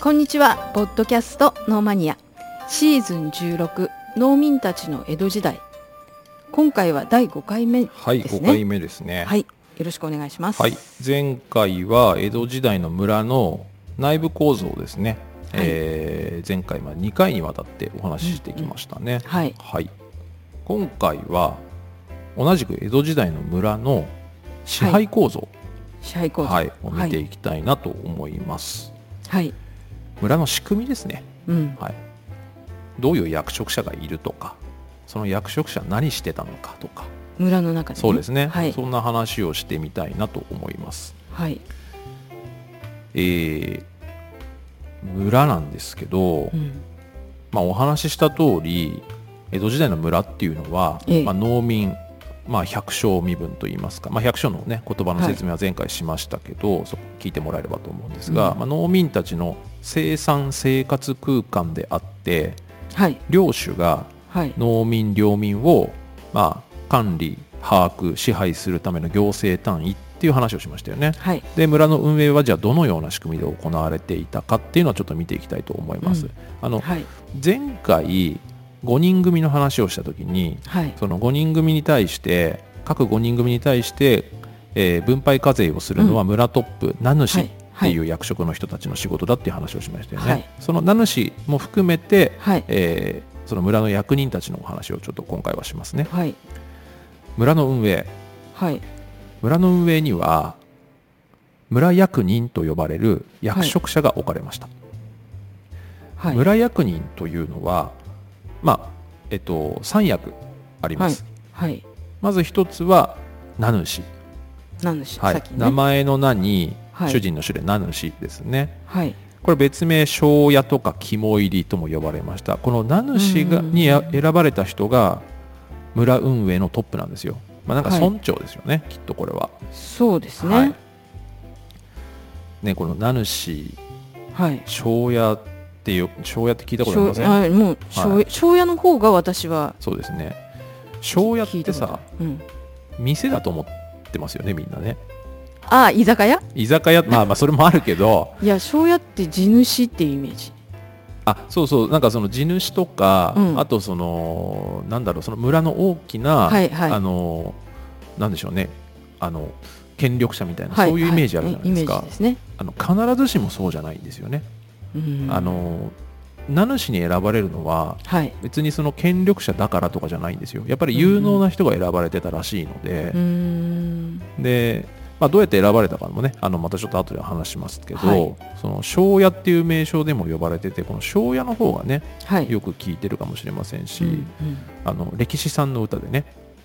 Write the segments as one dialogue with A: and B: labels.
A: こんにちはポッドキャストノーマニアシーズン16農民たちの江戸時代今回は第5回目です
B: はい、
A: ね
B: 5回目ですね。
A: はいよろしくお願いします
B: はい、前回は江戸時代の村の内部構造ですね。
A: はい
B: えー前回は2回にわたってお話ししてきましたね。
A: はい
B: はい。今回は同じく江戸時代の村の支配構造、
A: 支配構
B: はい
A: 造
B: を見ていきたいなと思います。
A: はい
B: 村の仕組みですね。
A: うん
B: はい。どういう役職者がいるとか、その役職者は何してたのかとか、
A: 村の中で、
B: そうですね、
A: はい
B: そんな話をしてみたいなと思います。
A: はい
B: えー村なんですけど、
A: うん
B: まあ、お話しした通り江戸時代の村っていうのは、
A: ええ
B: まあ、農民、まあ、百姓身分といいますか、まあ、百姓の、ね、言葉の説明は前回しましたけど、そこ聞いてもらえればと思うんですが、
A: うん
B: まあ、農民たちの生産生活空間であって
A: はい
B: 領主が
A: はい
B: 農民領民を、まあ、管理把握支配するための行政単位っていう話をしましたよね
A: はい
B: で村の運営はじゃあどのような仕組みで行われていたかっていうのはちょっと見ていきたいと思います、
A: うん
B: あの
A: はい
B: 前回5人組の話をした時に
A: はい
B: その5人組に対して各5人組に対して、えー分配課税をするのは村トップ、名主
A: はい
B: っていう役職の人たちの仕事だっていう話をしましたよね、
A: はい
B: その名主も含めて、
A: はい
B: えーその村の役人たちのお話をちょっと今回はしますね
A: はい
B: 村の運営
A: はい
B: 村の運営には村役人と呼ばれる役職者が置かれました、
A: はい
B: 村役人というのはまあえっと3役あります、
A: はい
B: まず一つは名主、
A: なんでしょ
B: は
A: う
B: い
A: さっきね
B: 名前の名に、
A: はい
B: 主人の種類名主ですね
A: はい
B: これ別名庄屋とか肝入りとも呼ばれましたこの名主が
A: うん
B: にや選ばれた人が村運営のトップなんですよ、まあ、なんか
A: はい
B: 村長ですよね、きっとこれは、
A: そうです
B: は
A: ね
B: いねこの名主
A: はい
B: 庄屋ってよ庄屋って聞いたことありま
A: し
B: せ
A: ょう
B: ん
A: はいもう庄屋庄屋の方が私は
B: そうですね庄屋っ
A: 聞い
B: て
A: たこと
B: さ
A: うん
B: 店だと思ってますよねみんなね
A: ああ居酒屋
B: 居酒屋 まあまあそれもあるけど
A: いや庄屋って地主っていうイメージ
B: あそうそうなんかその地主とか、
A: うん
B: あとそのなんだろうその村の大きな、
A: はいはい
B: あのなんでしょうねあの権力者みたいな、
A: はい
B: そういうイメージあるじゃないですか、
A: はイメージですね
B: あの必ずしもそうじゃないんですよね、
A: うん
B: あの名主に選ばれるのは
A: はい
B: 別にその権力者だからとかじゃないんですよやっぱり有能な人が選ばれてたらしいので、
A: うーん
B: で、まあ、どうやって選ばれたかもねあのまたちょっと後で話しますけど、
A: はい
B: その庄屋っていう名称でも呼ばれててこの庄屋の方がね
A: はい
B: よく聞いてるかもしれませんし、
A: うんうん
B: あの歴史さんの歌でね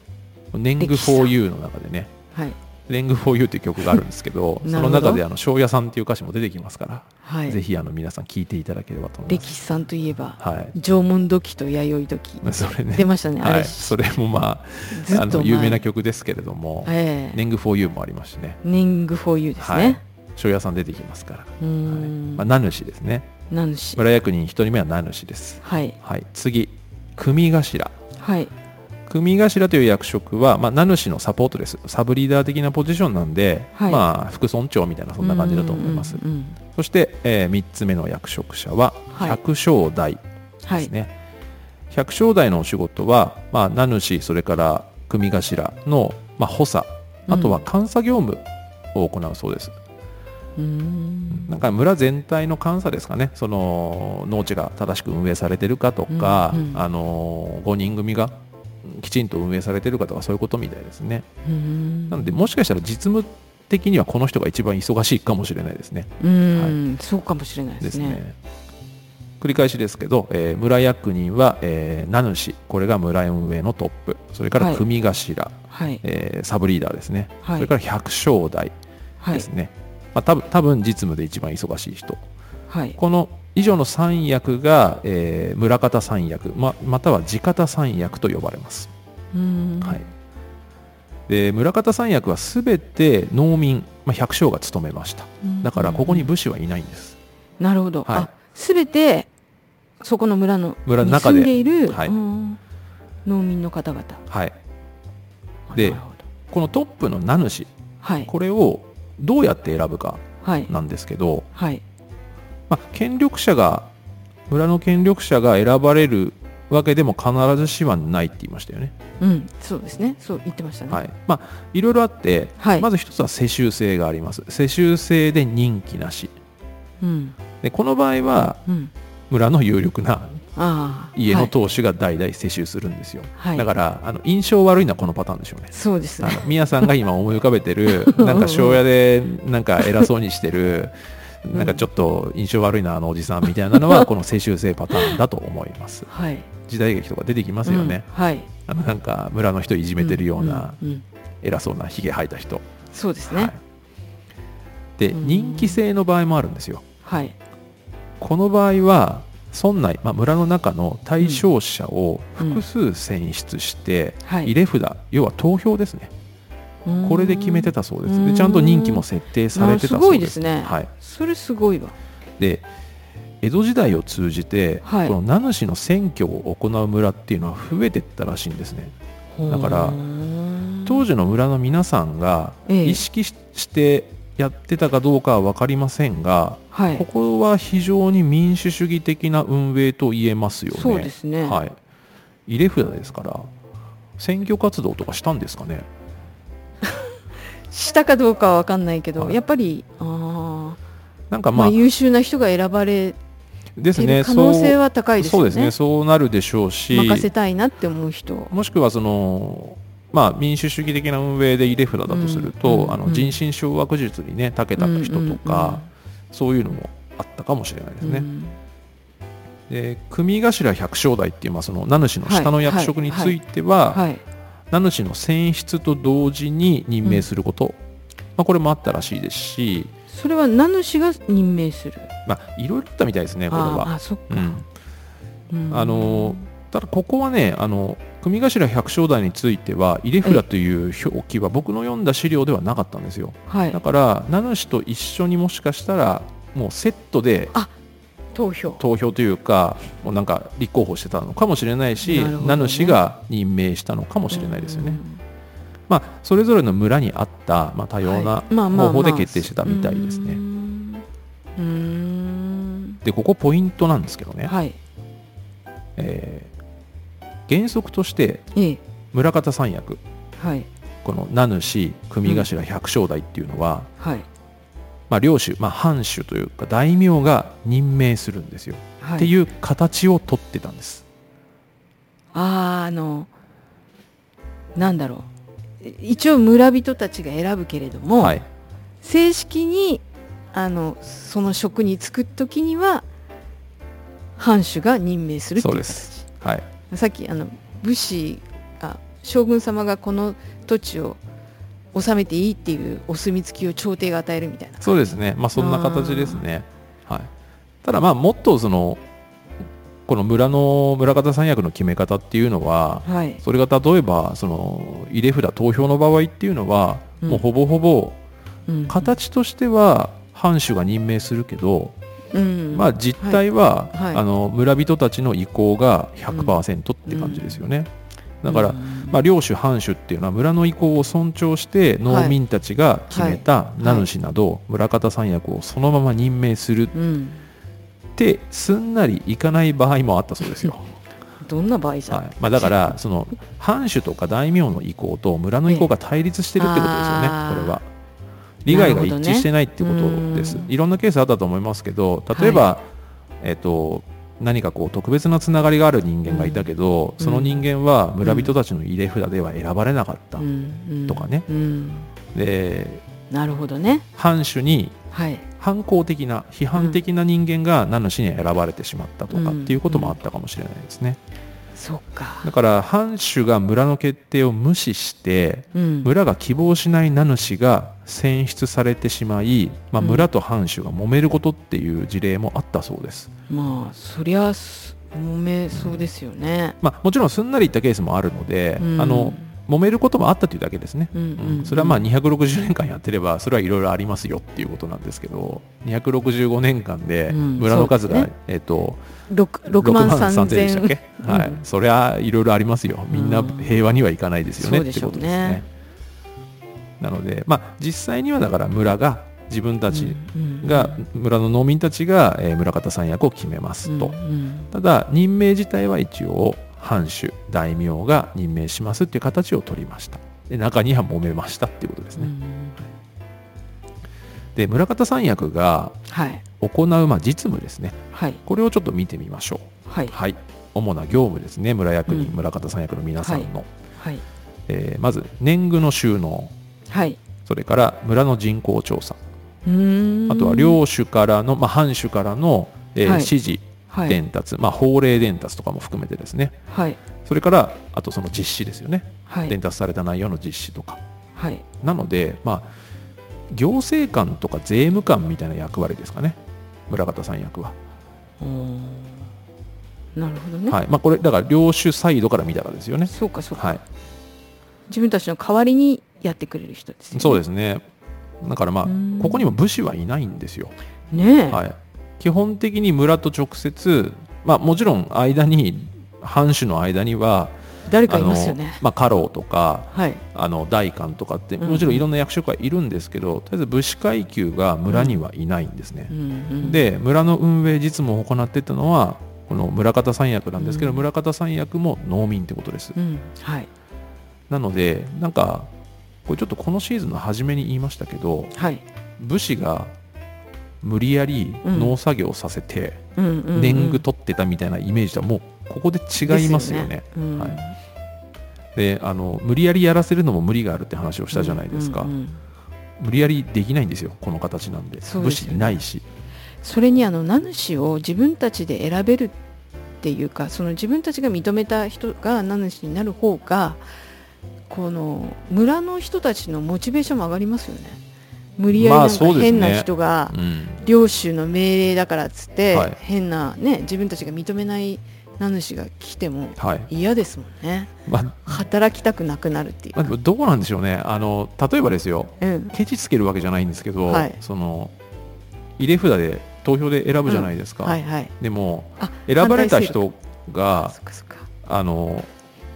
B: 「年貢 for you」の中でね
A: はい
B: 「年貢 for you」っていう曲があるんですけど
A: な
B: そ
A: るほ
B: の
A: ど
B: 中であの庄屋さんっていう歌詞も出てきますから、
A: はい
B: ぜひあの皆さん聞いていただければと思いま
A: 歴
B: す。
A: 史さんといえば
B: はい
A: 縄文土器と弥生土器
B: それ
A: 出
B: ね
A: ましたねあ
B: は
A: れ
B: い、それもま
A: ずっ
B: ああ
A: と
B: の
A: 前
B: 有名な曲ですけれども「
A: ええ
B: 年貢 for you」もありますしね
A: ネングフォーユーです
B: はい
A: ね、
B: 庄屋さん出てきますから、
A: うーん
B: まあ、名主ですね
A: なんし
B: 村役人1人目は名主です、
A: はい
B: はい、次組頭
A: はい
B: 組頭という役職は、まあ、名主のサポートですサブリーダー的なポジションなんで、
A: はい
B: まあ、副村長みたいなそんな感じだと思いま
A: う
B: す
A: んうんうん
B: そして、え3つ目の役職者は
A: はい
B: 百姓代
A: は
B: です
A: い
B: ね、百姓代のお仕事は、まあ、名主それから組頭の、まあ、補佐あとは監査業務を行うそうです、
A: うーん
B: なんか村全体の監査ですかね、その農地が正しく運営されてるかとか、
A: うんうん
B: あの5人組がきちんと運営されてるかとか、そういうことみたいですね。
A: うーん
B: なので、もしかしたら実務的にはこの人が一番忙しいかもしれないですね。
A: うーんそうかもしれないで
B: ですす
A: ね
B: ね繰り返しですけど、えー村役人は、えー名主、これが村運営のトップ、それか
A: は
B: ら
A: い
B: 組頭、
A: はい
B: えーサブリーダーですね、
A: はい
B: それから百姓代
A: は
B: で
A: い
B: すね、まあ、多分多分実務で一番忙しい人
A: はい
B: この以上の三役が、えー、村方三役ままたは地方三役と呼ばれます、
A: うーん
B: はい、で村方三役はすべて農民、まあ、百姓が務めました
A: うん
B: だからここに武士はいないんです、
A: なるほど、
B: はい
A: あすべてそこの村の
B: 村の中
A: に
B: で
A: 住んでいる、
B: はい
A: うん農民の方々
B: はい、で
A: なるほど
B: このトップの名主
A: はい
B: これをどうやって選ぶか
A: はい
B: なんですけど
A: はい
B: まあ、権力者が村の権力者が選ばれるわけでも必ずしはないって言いましたよね。
A: うん、そうですね。そう言ってましたね。。
B: はいいまあ、いろいろあって、
A: はい。
B: まず一つは世襲制があります世襲制で任期なし
A: うん。
B: でこの場合は
A: うん。
B: 村の有力な
A: ああ。
B: 家の
A: はい
B: 当主が代々世襲するんですよ、
A: はい
B: だからあの印象悪いのはこのパターンでしょうね
A: そうです
B: あ
A: ね。
B: の宮さんが今思い浮かべて るなんか庄屋でなんか偉そうにしてるなんかちょっと印象悪いなあのおじさんみたいな のはこの世襲制パターンだと思います
A: はい。
B: 時代劇とか出てきますよね、
A: うん。はい。
B: あのなんか村の人いじめてるような
A: うん。うん
B: 偉そうなひげ生えた人、
A: そうです
B: は
A: ね
B: い。で
A: うん
B: 人気制の場合もあるんですよ
A: はい。
B: この場合は村内、まあ、村の中の対象者を
A: うん
B: 複数選出して、
A: はい
B: 入れ札、要は投票ですねこれで決めて
A: た
B: たそうで
A: う
B: す
A: ん
B: でちゃんと任期も設定されてた
A: すご
B: そ
A: いうで
B: ですす
A: ね。
B: はい、
A: それすごいわ。
B: で江戸時代を通じて、
A: はい
B: この名主の選挙を行う村っていうのは増えてったらしいんですねだから
A: ほーん
B: 当時の村の皆さんが
A: ええ
B: 意識ししてやってたかどうかは分かりませんが、
A: は
B: こ
A: い。
B: こは非常に民主主義的な運営と言えますよね。
A: そうですね。
B: はい、入れ札ですから選挙活動とかしたんですかね
A: したかどうかは分かんないけど、
B: はい
A: やっぱりああ、
B: なんか
A: ま
B: ま
A: あ、
B: あ、
A: 優秀な人が選ばれ
B: で
A: て
B: す
A: る
B: ね
A: 可能性
B: そう
A: は高いです
B: そう
A: よ
B: で
A: ね
B: すねそうなるでしょうし
A: 任せたいなって思う人
B: もしくはその、まあ、民主主義的な運営で入れ札だとすると、
A: うん
B: あ
A: う
B: の
A: ん
B: 人心掌握術にね長けた人とか、そういうのもあったかもしれないです
A: うんうんうん
B: ね。で組頭百姓代っていう、まあ、その名主の下の役職については、
A: うんはい
B: 名主の選出と同時に任命すること、まあ、これもあったらしいですし、
A: それは名主が任命する
B: まあ、いろいろあったみたいですね、これ
A: あー
B: は。
A: あそっか、
B: うん、
A: うん
B: あのただ、ここはね、あの組頭百姓代については、入れ札という表記は僕の読んだ資料ではなかったんですよ。
A: はい
B: だから、名主と一緒にもしかしたら、もうセットで
A: 投票
B: 投票というか、もうなんか立候補してたのかもしれないし、
A: なるほど
B: 名
A: ね
B: 主が任命したのかもしれないですよね。
A: うん
B: まあ、それぞれの村にあった、まあ、多様な
A: はいまあまあ
B: 方法で
A: まあ
B: 決定してたみたいですね。
A: うんうーん
B: でここポイントなんですけどね、
A: はい
B: えー原則として
A: ええ
B: 村方三役
A: はい
B: この名主組頭百姓代っていうのは、
A: はい
B: まあ、領主、まあ、藩主というか大名が任命するんですよ、
A: はい
B: っていう形を取ってたんです
A: あーあのなんだろうい一応村人たちが選ぶけれども、
B: はい
A: 正式にあのその職に就く時には藩主が任命するっていう
B: そう
A: 形
B: ですはい
A: さっきあの武士あ将軍様がこの土地を治めていいっていうお墨付きを朝廷が与えるみたいな
B: そうですねまあそんな形ですねはいただまあもっとそのこの村の村方三役の決め方っていうのは
A: はい
B: それが例えばその入れ札投票の場合っていうのは、
A: うん
B: もうほぼほぼ
A: うん
B: 形としては藩主が任命するけど、
A: うん
B: まあ、実態は、
A: はいはい
B: あの村人たちの意向が100%って感じですよね。だから、
A: うん
B: まあ、領主藩主っていうのは村の意向を尊重して農民たちが決めた
A: い
B: 名主など村方三役をそのまま任命する
A: うん
B: ってすんなりいかない場合もあったそうですよ。
A: どんな場合じゃん、
B: はい まあ、だからその藩主とか大名の意向と村の意向が対立してるってことですよね、
A: あー
B: これは。利害が
A: なる
B: 一
A: ほど
B: 致
A: ね
B: してないってことです
A: う。ん
B: いろんなケースあったと思いますけど例えば、えっと何かこう特別なつながりがある人間がいたけど、
A: うん
B: その人間は村人たちの入れ札では選ばれなかった、
A: うんうん
B: とかね
A: うん
B: で
A: なるほどね
B: 藩主に
A: はい
B: 反抗的な批判的な人間が名主に選ばれてしまったとかっていうこともあったかもしれないですね。
A: そっか
B: だから藩主が村の決定を無視して
A: うん
B: 村が希望しない名主が選出されてしまい、まあ、
A: うん
B: 村と藩主が揉めることっていう事例もあったそうです、
A: まあそりゃす揉めそうですよね、
B: まあ、もちろんすんなりいったケースもあるので、
A: うん
B: あの揉めることもあったというだけですね、
A: うんうん
B: うんそれはまあ260年間やってればそれはいろいろありますよっていうことなんですけど265年間で
A: うん
B: 村の数が、
A: そうで
B: えっと
A: 6, 6万
B: 3
A: 3000
B: 千でしたっけ、はい
A: うん
B: そりゃいろいろありますよみんな
A: うん
B: 平和にはいかないですよね、
A: そう
B: っ
A: で
B: て
A: しょ
B: こ
A: うね
B: とですねなのでまあ実際にはだから村が自分たち
A: が
B: が、村の農民たちが、えー村方さん役を決めますと、
A: うんうん
B: ただ任命自体は一応藩主大名が任命しますっていう形を取りましたで中には揉めましたっていうことです
A: う
B: ね、
A: ん
B: で村方三役が
A: はい
B: 行う、まあ、実務ですね
A: はい
B: これをちょっと見てみましょ
A: はいう
B: はい主な業務ですね村役人、
A: うん
B: 村方三役の皆さんの、
A: はい
B: えーまず年貢の収納
A: はい
B: それから村の人口調査
A: うーん
B: あとは領主からの、まあ、藩主からの、え
A: は
B: ー
A: い
B: 指示
A: はい
B: 伝達、まあ、法令伝達とかも含めてですね
A: はい
B: それからあとその実施ですよね、
A: はい
B: 伝達された内容の実施とか
A: はい
B: なので、まあ、行政官とか税務官みたいな役割ですかね村方さん役は、
A: うーんなるほどね
B: はいまあ、これだから領主サイドから見たらですよね、
A: そうかそうか
B: はい、
A: 自分たちの代わりにやってくれる人ですよね
B: そうですねだからま
A: うーん
B: あここにも武士はいないんですよ、
A: ねえ
B: はい、基本的に村と直接、まあ、もちろん間に藩主の間には
A: 誰か
B: あ
A: い
B: の
A: ますよね
B: まあ、家老とか
A: はい
B: あの大官とかって
A: うん
B: もちろんいろんな役職はいるんですけど、とりあえず武士階級が村にはいないんですね
A: う、んうん
B: で村の運営実務を行っていたのはこの村方三役なんですけど、
A: うん
B: 村方三役も農民ってことです、
A: うんはい
B: なのでなんかこれちょっとこのシーズンの初めに言いましたけど
A: はい
B: 武士が無理やり農作業させて
A: うんうんうん
B: 年貢取ってたみたいなイメージとはもうここで違います
A: ですよ
B: よね
A: ねうん
B: はいであの無理やりやらせるのも無理があるって話をしたじゃないですか、
A: うんうんうん
B: 無理やりできないんですよこの形なんで
A: そう
B: 武
A: です
B: 士
A: よね
B: いないし
A: それにあの名主を自分たちで選べるっていうかその自分たちが認めた人が名主になる方がこの村の人たちのモチベーションも上がりますよね無理やり
B: ま
A: な
B: あ
A: ん
B: そう
A: か
B: ですね
A: 変な人が
B: うん
A: 領主の命令だからっつって、
B: はい
A: 変なね自分たちが認めない名主が来ても
B: はい
A: 嫌ですもんね
B: まあ
A: 働きたくなくなるっていう
B: まあ
A: か、
B: でもどうなんでしょうねあの例えばですよ
A: うん
B: ケチつけるわけじゃないんですけど、
A: はい
B: その入れ札で投票で選ぶじゃないですか、
A: はいはい
B: でも
A: あ
B: 選ばれた
A: 反対する
B: 人が
A: そっかそっか
B: あの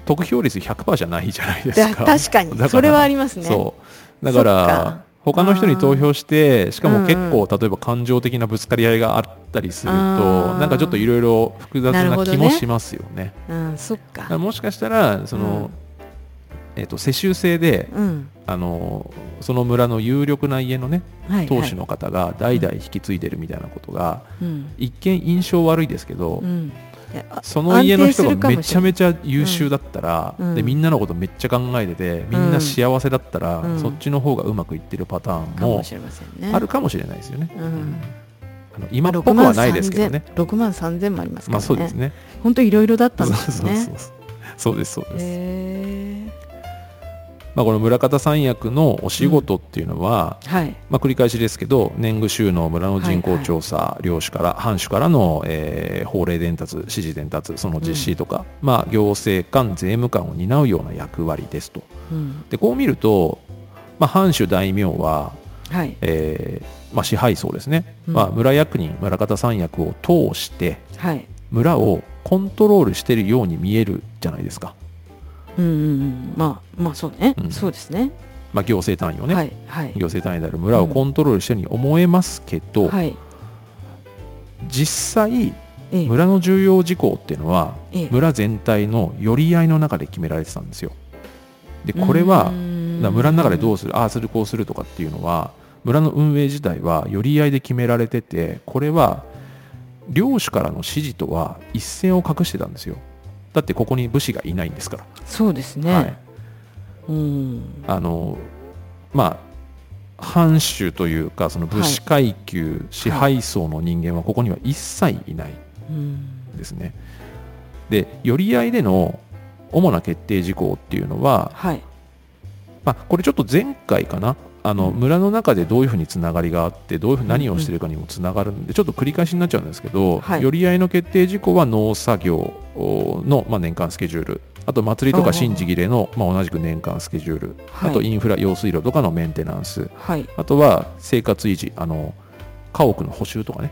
B: 得票率100%じゃないじゃないです
A: だ
B: か
A: 確か
B: だ
A: に
B: から
A: それはありますね
B: そうだから
A: そっか
B: 他の人に投票してしかも結
A: うん
B: 構、例えば感情的なぶつかり合いがあったりすると
A: あー
B: なんかちょっといろいろ複雑
A: なるほ
B: な
A: どね
B: 気もしますよね。
A: うんそっ
B: だから
A: か
B: もしかしたらその、えっと世襲制で
A: うん
B: あのその村の有力な家のね
A: はい
B: 当
A: は
B: 主
A: い
B: の方が代々引き継いでるみたいなことが
A: うん
B: 一見印象悪いですけど、
A: うんいやあ
B: その家の
A: 安定す
B: 人が
A: るか
B: め
A: もし
B: ち
A: れ
B: ゃ
A: ない
B: めちゃ優秀だったら、
A: うん
B: でみんなのことめっちゃ考えててみんな幸せだったら、
A: うん
B: そっちの方がうまくいってるパターン
A: かも
B: も
A: しれませんね
B: あるかもしれないですよね、
A: うん
B: あの今っぽくはないですけどね
A: 6万3000もありますからね
B: まあそうですね
A: 本当いろいろだった
B: そ
A: ん
B: う
A: で
B: そ
A: す
B: うそう
A: ね
B: そうですそうです、
A: へ
B: まあ、この村方三役のお仕事っていうのは、
A: えはい
B: まあ、繰り返しですけど年貢収納村の人口調査、領主から藩主からの、えー法令伝達指示伝達その実施とか、まあ、行政官税務官を担うような役割ですと
A: うん
B: でこう見ると、まあ、藩主大名は、
A: はい
B: えーまあ、支配層ですね、
A: うん
B: まあ、村役人村方三役を通して
A: はい
B: 村をコントロールしてるように見えるじゃないですか、
A: うんうんうんまあまあそうね
B: うん
A: そうですね
B: まあ、行政単位をね、
A: はいはい
B: 行政単位である村をコントロールしてるように思えますけど、
A: はい
B: 実際
A: ええ
B: 村の重要事項っていうのは
A: ええ
B: 村全体の寄り合いの中で決められてたんですよでこれは
A: うーん
B: だから村の中でどうするああするこうするとかっていうのは村の運営自体は寄り合いで決められててこれは領主からの指示とは一線を画してたんですよだってここに武士がいないんですから、
A: そうです
B: はい
A: ね、うん
B: あのまあ藩主というかその武士階級、支配層の人間はここには一切いない
A: うん
B: ですね。で、寄り合いでの主な決定事項っていうのは、
A: はい
B: まあ、これちょっと前回かな、あの
A: うん
B: 村の中でどういうふうにつながりがあって、どういうふうに何
A: うん
B: を
A: うん
B: してるかにもつながるんで、ちょっと繰り返しになっちゃうんですけど、
A: はい
B: 寄り合いの決定事項は農作業の、まあ、年間スケジュール、あと祭りとか神事儀礼の、まあ、同じく年間スケジュール、
A: はい
B: あとインフラ、用水路とかのメンテナンス、
A: はい
B: あとは生活維持、あの家屋の補修とかね、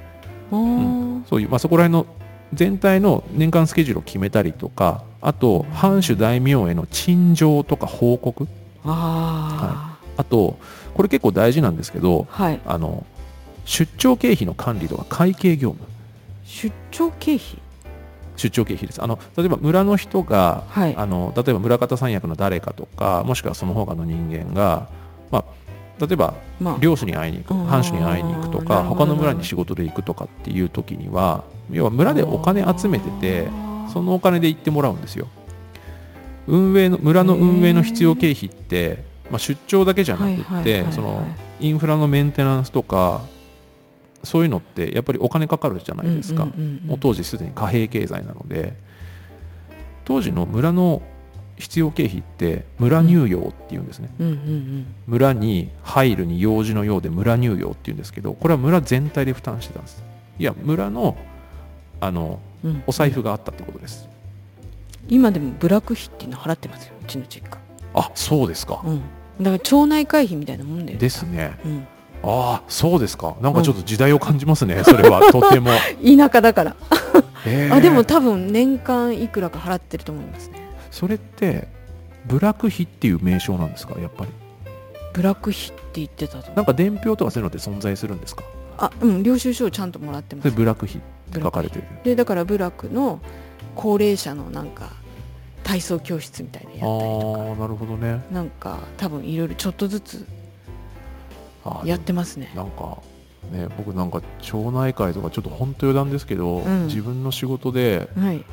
A: あー
B: そういう、まあ、そこら辺の全体の年間スケジュールを決めたりとか、あと、藩主大名への陳情とか報告、
A: あ
B: あと、これ結構大事なんですけど
A: はい
B: あの出張経費の管理とか会計業務
A: 出張経費
B: 出張経費ですあの例えば村の人が
A: はい
B: あの例えば村方三役の誰かとかもしくはその他の人間が、まあ、例えば
A: まあ
B: 領主に会いに行
A: あー
B: く藩主に会いに行くと
A: な
B: か
A: るほど
B: 他の村に仕事で行くとかっていう時には要は村でお金集めててそのお金で行ってもらうんですよ運営の村の運営の必要経費って、まあ、出張だけじゃなくって、そのインフラのメンテナンスとかそういうのってやっぱりお金かかるじゃないですか、もう当時すでに貨幣経済なので当時の村の必要経費って村入用っていうんですね、
A: うんうんうん
B: 村に入るに用事のようで村入用っていうんですけどこれは村全体で負担してたんですいや村のあの
A: うんうん
B: お財布があったってことです
A: 今でもブラック費っていうの払ってますようちの実家
B: あそうですか
A: うんだから町内会費みたいなもんだよ
B: ですね
A: うん
B: ああそうですかなんかちょっと時代を感じます ね、それはとても、
A: 田舎だから
B: えー
A: あでも多分年間いくらか払ってると思いますね
B: それって部落費っていう名称なんですかやっぱり
A: ブラック費って言ってたと思う
B: なんか伝票とかそういうのって存在するんですか
A: あうん領収書をちゃんともらってま
B: それ
A: す
B: 部落費って書かれてる
A: でだから部落の高齢者のなんか体操教室みたいなのや
B: ああ
A: ったりと
B: ーなるほどね
A: かなんか多分いろいろちょっとずつ
B: あー
A: やってますね
B: なんかね僕なんか町内会とかちょっと本当余談ですけど、
A: うん
B: 自分の仕事で
A: はい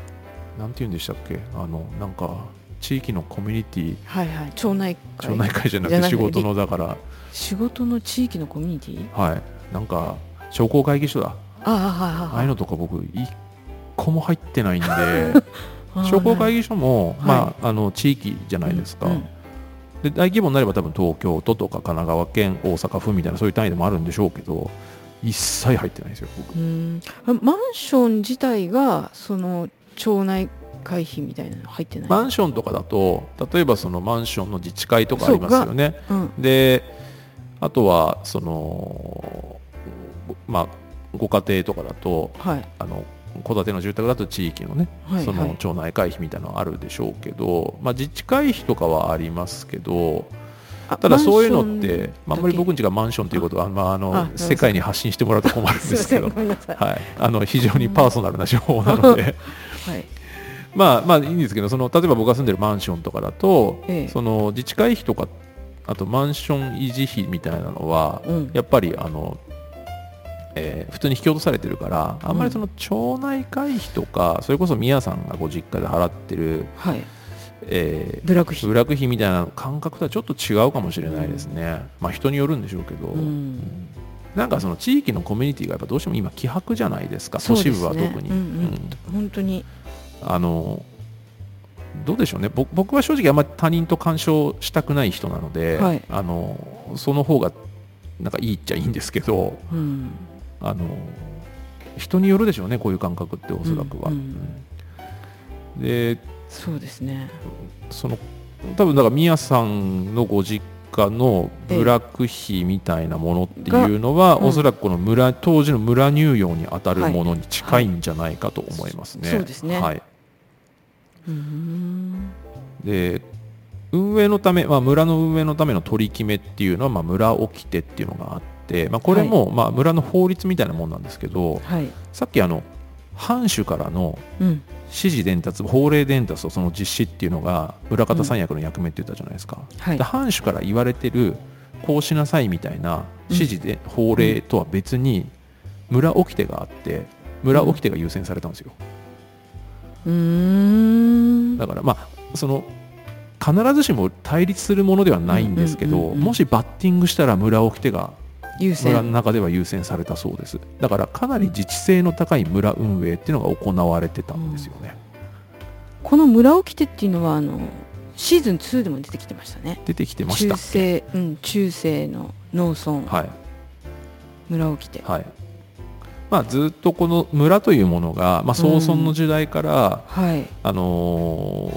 B: なんて言うんでしたっけあのなんか地域のコミュニティ
A: はいはい町内会
B: 町内会じゃな
A: じゃ
B: く
A: な
B: て
A: く
B: 仕
A: て
B: 事のだから
A: 仕事の地域のコミュニティ
B: はいなんか商工会議所だ
A: ああ
B: あ
A: はいう
B: あい
A: は
B: のとか僕一個も入ってない んで
A: いはい
B: 商工会議所も、
A: はい
B: まああの地域じゃないですか、
A: うんうん
B: で大規模になれば多分東京都とか神奈川県大阪府みたいなそういう単位でもあるんでしょうけど一切入ってないんですよ僕
A: うんあマンション自体がその町内会費みたいなの入ってない
B: マンションとかだと例えばそのマンションの自治会とかありますよね
A: うん
B: であとはそのまあご家庭とかだと
A: はい
B: あの戸建ての住宅だと地域のね、
A: はい
B: そ
A: は
B: の
A: い
B: 町内会費みたいなのあるでしょうけど、まあ、自治会費とかはありますけど
A: あ
B: ただそういう
A: マ
B: のっ
A: ンションだ
B: て
A: け
B: まああんまり僕んちがマンションということはあんまあ
A: あなる
B: の
A: ほど
B: 世界に発信してもらうと困るん
A: すい
B: で
A: ますせ
B: け
A: ん
B: ど
A: ご。めんなさい
B: はい、あの非常にパーソナルな情報なので、
A: はい
B: まあまあいいんですけどその例えば僕が住んでるマンションとかだと、
A: ええ
B: その自治会費とかあとマンション維持費みたいなのは、
A: うん
B: やっぱりあの、えー普通に引き落とされてるからあんまりその町内会費とか、それこそ宮さんがご実家で払ってる、
A: はい
B: えー
A: ブラック費
B: 部落費みたいな感覚とはちょっと違うかもしれないですね、まあ人によるんでしょうけど、
A: うん
B: うんなんかその地域のコミュニティがやっぱどうしても今希薄じゃないですか
A: そう
B: 都
A: です
B: 市
A: ね
B: 部は特に、
A: うんうん
B: うん
A: 本当に
B: あのどうでしょうねぼ僕は正直あんまり他人と干渉したくない人なので、
A: はい
B: あのその方がなんかいいっちゃいいんですけど
A: うん
B: あの人によるでしょうねこういう感覚っておそらくは。
A: うん
B: うんで
A: そうですね
B: その多分だから宮さんのご実家の部落費みたいなものっていうの
A: が
B: は、
A: うん
B: おそらくこの村当時の村入用に当たるものに近いんじゃないかと思いますね。
A: はいはいそうですね
B: はい
A: うん
B: で運営のため、まあ、村の運営のための取り決めっていうのは、まあ、村掟っていうのがあって、まあ、これも、まあ、村の法律みたいなもんなんですけど
A: はい
B: さっきあの藩主からの
A: うん
B: 指示伝達法令伝達とその実施っていうのが村方三役の役目って言ったじゃないですか、
A: はい
B: で藩主から言われてるこうしなさいみたいな指示で、法令とは別に村掟があって村掟が優先されたんですよ
A: うーん
B: だからまあその必ずしも対立するものではないんですけど、
A: うんうんうんうん
B: もしバッティングしたら村掟が
A: 優先
B: 村の中では優先されたそうですだからかなり自治性の高い村運営っていうのが行われてたんですよね、
A: この村起きてっていうのはあのシーズン2でも出てきてましたね
B: 出てきてまし
A: 中
B: たっ
A: 世
B: け
A: うん中世の農村
B: はい
A: 村起きて
B: はいまあずっとこの村というものが、まあ、
A: うん
B: 創村の時代から、
A: はい
B: あの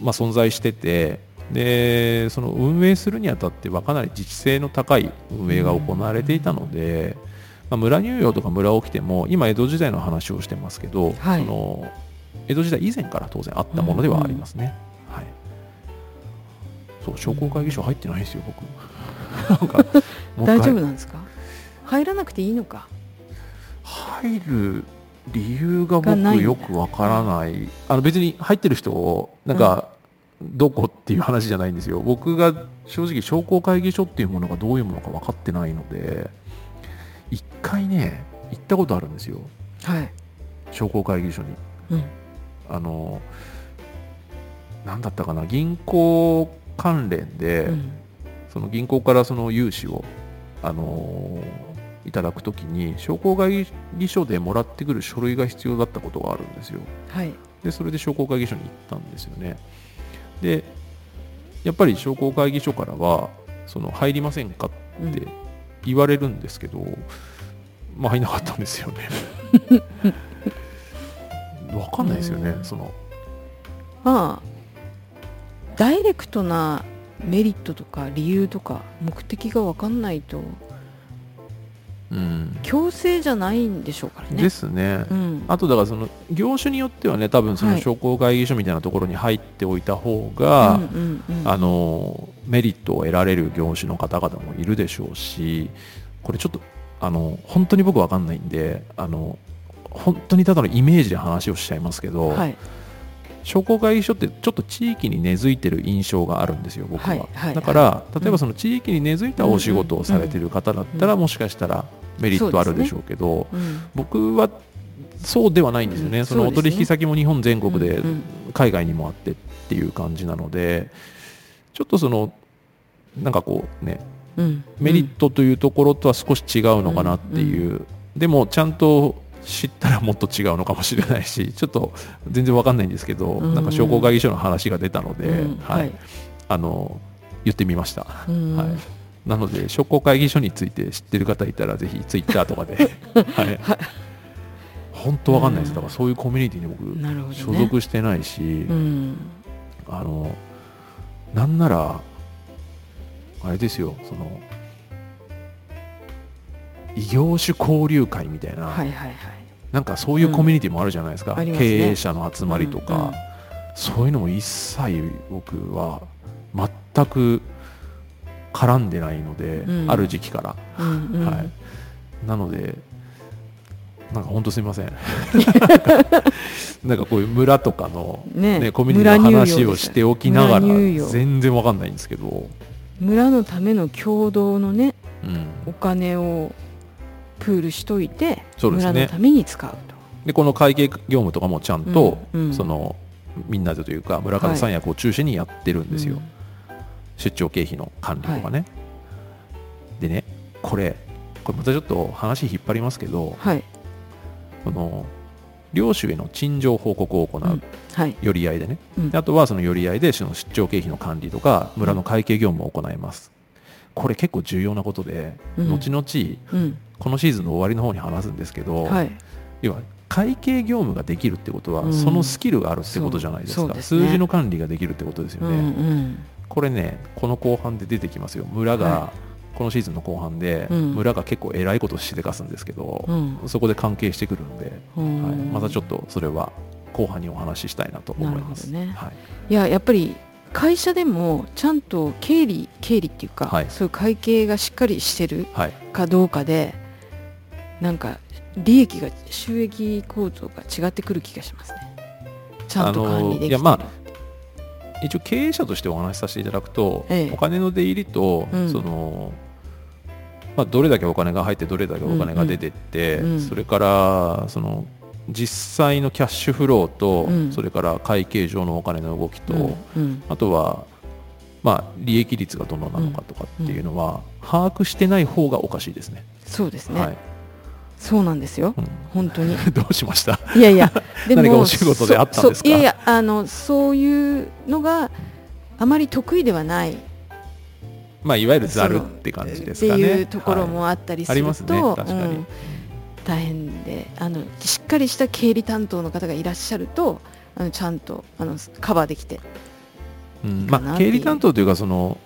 B: ーまあ、存在しててでその運営するにあたってはかなり自治性の高い運営が行われていたので、まあ、村乳用とか村起きても今江戸時代の話をしてますけど、
A: はい
B: その江戸時代以前から当然あったものでは ありますね。はいそう商工会議所入ってないですよ僕なんかもう一回
A: 大丈夫なんですか入らなくていいのか
B: 入る理由が
A: がない
B: 僕よくわからないあの別に入ってる人をなんかどこっていう話じゃないんですよ僕が正直商工会議所っていうものがどういうものか分かってないので一回ね行ったことあるんですよ
A: はい、
B: 商工会議所に
A: うん、
B: あの何だったかな銀行関連で、
A: うん
B: その銀行からその融資を、あのーいただくときに商工会議所でもらってくる書類が必要だったことがあるんですよ
A: はい
B: でそれで商工会議所に行ったんですよねでやっぱり商工会議所からはその入りませんか
A: うん
B: って言われるんですけど、まあ入んなかったんですよね わかんないですよね、
A: うん
B: その
A: まあダイレクトなメリットとか理由とか目的が分かんないと
B: うん
A: 強制じゃないんでしょうからね。
B: ですね
A: うん、
B: あとだからその業種によってはね多分そ
A: は
B: の
A: い
B: 商工会議所みたいなところに入っておいた方が、
A: うんうんうん
B: あのメリットを得られる業種の方々もいるでしょうしこれちょっとあの本当に僕わかんないんであの本当にただのイメージで話をしちゃいますけど、
A: はい
B: 商工会議所ってちょっと地域に根付いてる印象があるんですよ僕は、
A: はいはい
B: だから
A: い
B: 例えばその地域に根付いたお仕事をされてる方だったら、
A: うん
B: もしかしたらメリットあるでしょうけど、
A: うん
B: 僕はそうではないんですよね、
A: うん
B: そのお
A: そうで
B: 取
A: すね
B: 引先も日本全国で
A: うんうん
B: 海外にもあってっていう感じなので、ちょっとそのなんかこうね
A: うん
B: メリットというところとは少し違うのかなっていう、でもちゃんと知ったらもっと違うのかもしれないしちょっと全然わかんないんですけど、
A: うん
B: なんか商工会議所の話が出たので、
A: うん
B: はい
A: はい
B: あの言ってみました、
A: うん
B: はい、なので商工会議所について知ってる方いたらぜひツイッター とかで、はい、本当わかんないですだからそういうコミュニティに僕
A: なるほどね
B: 所属してないし、
A: うん
B: あのなんならあれですよその異業種交流会みたいな、
A: はいはいはい
B: なんかそういうコミュニティもあるじゃないですか、
A: うんありますね
B: 経営者の集まりとか、
A: うんうん
B: そういうのも一切僕は全く絡んでないので、
A: うん
B: ある時期から、
A: うんうん
B: はい、なのでなんか本当すみませ んなんかこういう村とかの、
A: ね
B: ねコミュニティの
A: 村乳
B: 話
A: 幼
B: を
A: です
B: しておきながら
A: 村乳幼
B: 全然わかんないんですけど、
A: 村のための共同のね
B: うん、
A: お金をプールしといて、
B: そうですね
A: 村のために使うと。
B: でこの会計業務とかもちゃんと、
A: うんうん
B: そのみんなでというか村上さん役を中心にやってるんですよ、出張経費の管理とかね、でねこれこれまたちょっと話引っ張りますけど
A: はい
B: この領主への陳情報告を行
A: う
B: うん
A: はい
B: 寄り合いでね、
A: うん
B: であとはその寄り合いでその出張経費の管理とか村の会計業務を行いますこれ結構重要なことで、
A: うん
B: 後々
A: うん
B: このシーズンの終わりの方に話すんですけど、
A: はい
B: 要は会計業務ができるってことは、
A: うん
B: そのスキルがあるってことじゃないですか
A: そうそうですね
B: 数字の管理ができるってことですよ
A: う
B: ね、
A: んうん
B: これねこの後半で出てきますよ村が、
A: は
B: このシーズンの後半で、
A: うん
B: 村が結構偉いことをしでかすんですけど、
A: うん
B: そこで関係してくるんで、
A: うん
B: はい、またちょっとそれは後半にお話ししたいなと思います、
A: なるほどね
B: はい
A: いややっぱり会社でもちゃんと経理経理っていうか、
B: はい
A: そういう会計がしっかりしてる
B: はい
A: かどうかでなんか利益が収益構造が違ってくる気がしますねちゃんと管理できてる
B: あのいやまあ一応経営者としてお話しさせていただくと、
A: ええ
B: お金の出入りと、
A: うん
B: そのまあ、どれだけお金が入ってどれだけお金が出てって、
A: うんうんうん
B: それからその実際のキャッシュフローと、
A: うん
B: それから会計上のお金の動きと、
A: うんうん
B: あとは、まあ、利益率がどのなのかとかっていうのは、把握してない方がおかしいですね。
A: そうですね、
B: はい
A: そうなんですよ
B: うん
A: 本当に
B: どうしました
A: いやいやでも
B: 何かお仕事であったんです
A: そそ
B: か
A: いやいやあのそういうのがあまり得意ではない
B: まあ、いわゆるざるって感じですかね。
A: っていうところもあったり
B: はいあ
A: す
B: り
A: る
B: ます
A: と、
B: ね確かに、
A: うん大変であのしっかりした経理担当の方がいらっしゃるとあのちゃんとあのカバーできて、
B: うん
A: かな
B: ま
A: っ
B: あ、
A: ていう
B: 経理担当というかその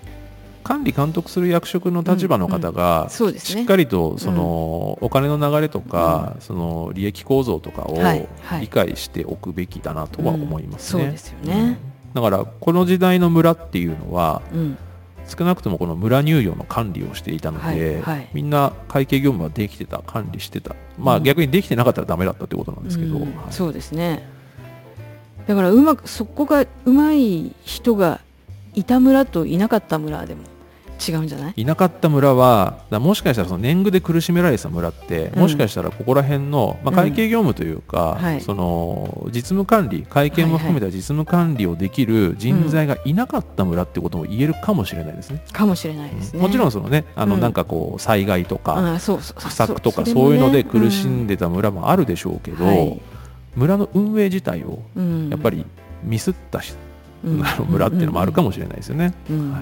B: 管理監督する役職の立場の方が
A: そうですね
B: しっかりとそのお金の流れとかその利益構造とかを
A: はいはい
B: 理解しておくべきだなとは思いますね。
A: うんそうですよね
B: うんだからこの時代の村っていうのは
A: うん
B: 少なくともこの村乳業の管理をしていたので、
A: はいはい
B: みんな会計業務はできてた管理してたまあ
A: うん
B: 逆にできてなかったらダメだったってことなんですけど、
A: うん
B: はい
A: そうですねだからうまくそこがうまい人がいた村といなかった村でも違うんじゃない
B: いなかった村はだもしかしたらその年貢で苦しめられてた村って、
A: うん
B: もしかしたらここら辺の、まあ、
A: うん
B: 会計業務というか、
A: はい
B: その実務管理会計も含めた実務管理をできる人材がいなかった村ってことも言えるかもしれないですね。
A: かもしれないですね。
B: もちろん
A: そ
B: そのねあの
A: うん
B: なんかこう災害とか
A: あそうそう
B: 不作とか
A: れ
B: そ
A: も
B: うい
A: ね
B: うので苦しん
A: で
B: でた村もあるでしょうけど、
A: はい
B: 村の運営自体を
A: うん
B: やっぱりミスったし、
A: うん
B: あの村っていうのもあるかもしれないですよね。
A: うん
B: はい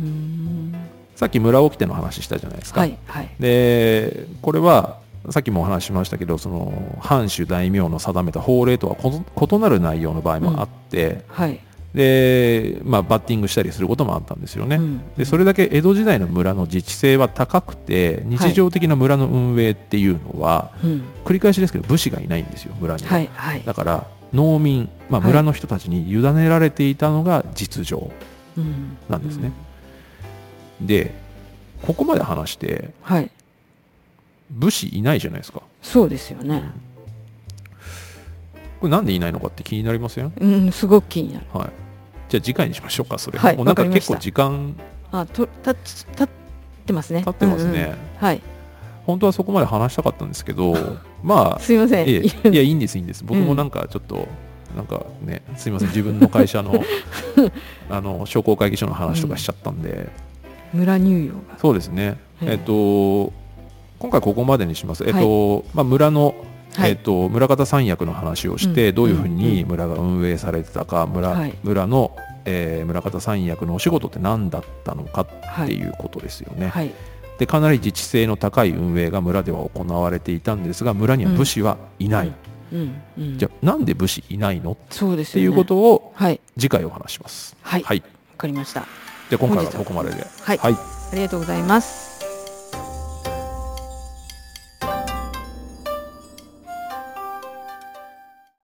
A: うん
B: さっき村起きての話したじゃないですか。
A: はいはい
B: でこれはさっきもお話ししましたけどその藩主大名の定めた法令とはこ異なる内容の場合もあって、
A: はい
B: で、まあ、バッティングしたりすることもあったんですよね。
A: うん
B: でそれだけ江戸時代の村の自治性は高くて日常的な村の運営っていうのは、
A: うん
B: 繰り返しですけど武士がいないんですよ村には、
A: はいはい
B: だから農民、まあ、
A: はい
B: 村の人たちに委ねられていたのが実情
A: うん
B: なんですねでここまで話して
A: うんはい
B: 武士いないじゃないですか
A: そうですよね
B: これなんでいないのかって気になりません
A: うんすごく気になる
B: はい。じゃあ次回にしましょうか、それ。
A: はい
B: もうなんか
A: わかりま
B: 結
A: した
B: 構時間
A: あと立つ立ってますね
B: 経ってます
A: うんう
B: ね。
A: んはい
B: 本当はそこまで話したかったんですけど、 まあ、
A: すいません
B: いえ
A: い
B: いや、いいんです、いいんです。僕もなんかちょっと、なんかね、すいません、自分の会社 の、あの、商工会議所の話とかしちゃったんで、
A: 村乳業が
B: そうですね。
A: はい
B: えっと、今回ここまでにします。えっと、まあ、村の、
A: はい
B: えっと、村方三役の話をして、
A: うん
B: どういうふうに
A: う
B: 村が運営されてたか、村,、
A: はい
B: 村の、えー村方三役のお仕事って何だったのかっていうことですよね、
A: はい
B: でかなり自治性の高い運営が村では行われていたんですが村には武士はいない、
A: うんうん
B: じゃあなんで武士いないのっ
A: そうです
B: て
A: よ
B: い
A: ね
B: うことを
A: はい
B: 次回お話します
A: はい
B: はい、
A: わかりました
B: じゃあ今回はここまでで
A: はい
B: はい
A: ありがとうございます